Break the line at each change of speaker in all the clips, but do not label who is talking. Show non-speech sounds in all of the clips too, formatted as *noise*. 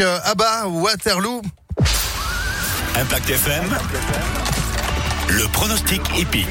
Euh, Abba, Waterloo.
Impact FM, le pronostic épique.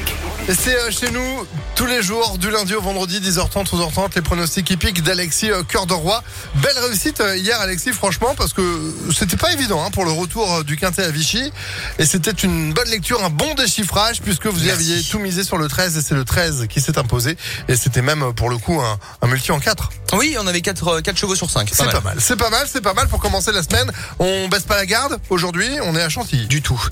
Et C'est euh, chez nous tous les jours, du lundi au vendredi, 10h30, 11h30, les pronostics hippiques d'Alexis euh, Cœur de Roi. Belle réussite euh, hier, Alexis, franchement, parce que c'était pas évident hein, pour le retour euh, du Quintet à Vichy. Et c'était une bonne lecture, un bon déchiffrage, puisque vous y
Merci.
aviez tout misé sur le 13, et c'est le 13 qui s'est imposé. Et c'était même, euh, pour le coup, un, un multi en 4.
Oui, on avait 4, chevaux sur 5.
C'est pas mal, c'est pas mal, c'est pas mal pour commencer la semaine. On baisse pas la garde, aujourd'hui, on est à Chantilly.
Du tout.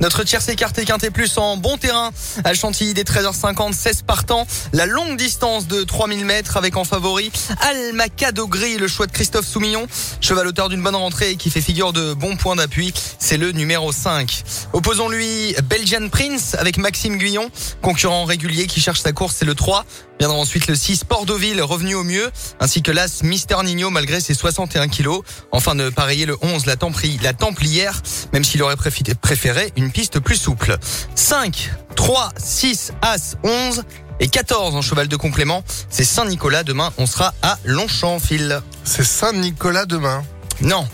Notre tierce écarté quintet plus en bon terrain à Chantilly des 13h50, 16 partants. La longue distance de 3000 mètres avec en favori Almacado Gris, le choix de Christophe Soumillon. Cheval auteur d'une bonne rentrée et qui fait figure de bon point d'appui. C'est le numéro 5. Opposons-lui Belgian Prince avec Maxime Guyon, concurrent régulier qui cherche sa course, c'est le 3. Viendra ensuite le 6 Portoville, revenu au mieux, ainsi que l'As Mister Nino malgré ses 61 kilos. Enfin de parier le 11, la, Templi- la Templière, même s'il aurait préfi- préféré une piste plus souple. 5, 3, 6, As, 11 et 14 en cheval de complément. C'est Saint-Nicolas, demain on sera à Longchamp, Phil.
C'est Saint-Nicolas demain.
Non,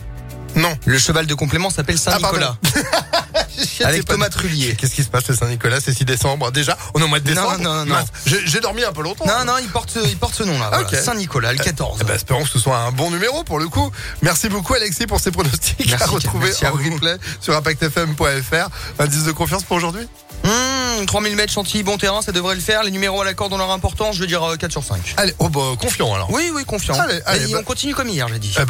Non.
le cheval de complément s'appelle
Ah,
Saint-Nicolas,
*laughs*
avec
Thomas
Thomas Trullier.
Qu'est-ce qui se passe, c'est Saint-Nicolas, c'est 6 décembre. Ah, Déjà, on est au mois de
Non,
décembre.
non, non, non.
Mince, J'ai j'ai dormi un peu longtemps.
Non, non, il porte, il porte ce nom-là. voilà.
Oh. Ok.
Saint-Nicolas, le 14.
Eh ben, espérons que ce soit un bon numéro pour le coup. Merci beaucoup Alexis pour ces pronostics
Merci,
à retrouver
merci à
en
vous.
replay sur impactfm.fr. Indice de confiance pour aujourd'hui
Hum, 3000 mètres Chantilly, bon terrain, ça devrait le faire. Les numéros à la corde ont leur importance, je vais dire euh, 4 sur 5.
Allez, oh bah, confiant alors.
Oui, oui, confiant.
Allez, allez,
Vas-y,
bah-
on continue comme hier, j'ai dit.
Eh ben,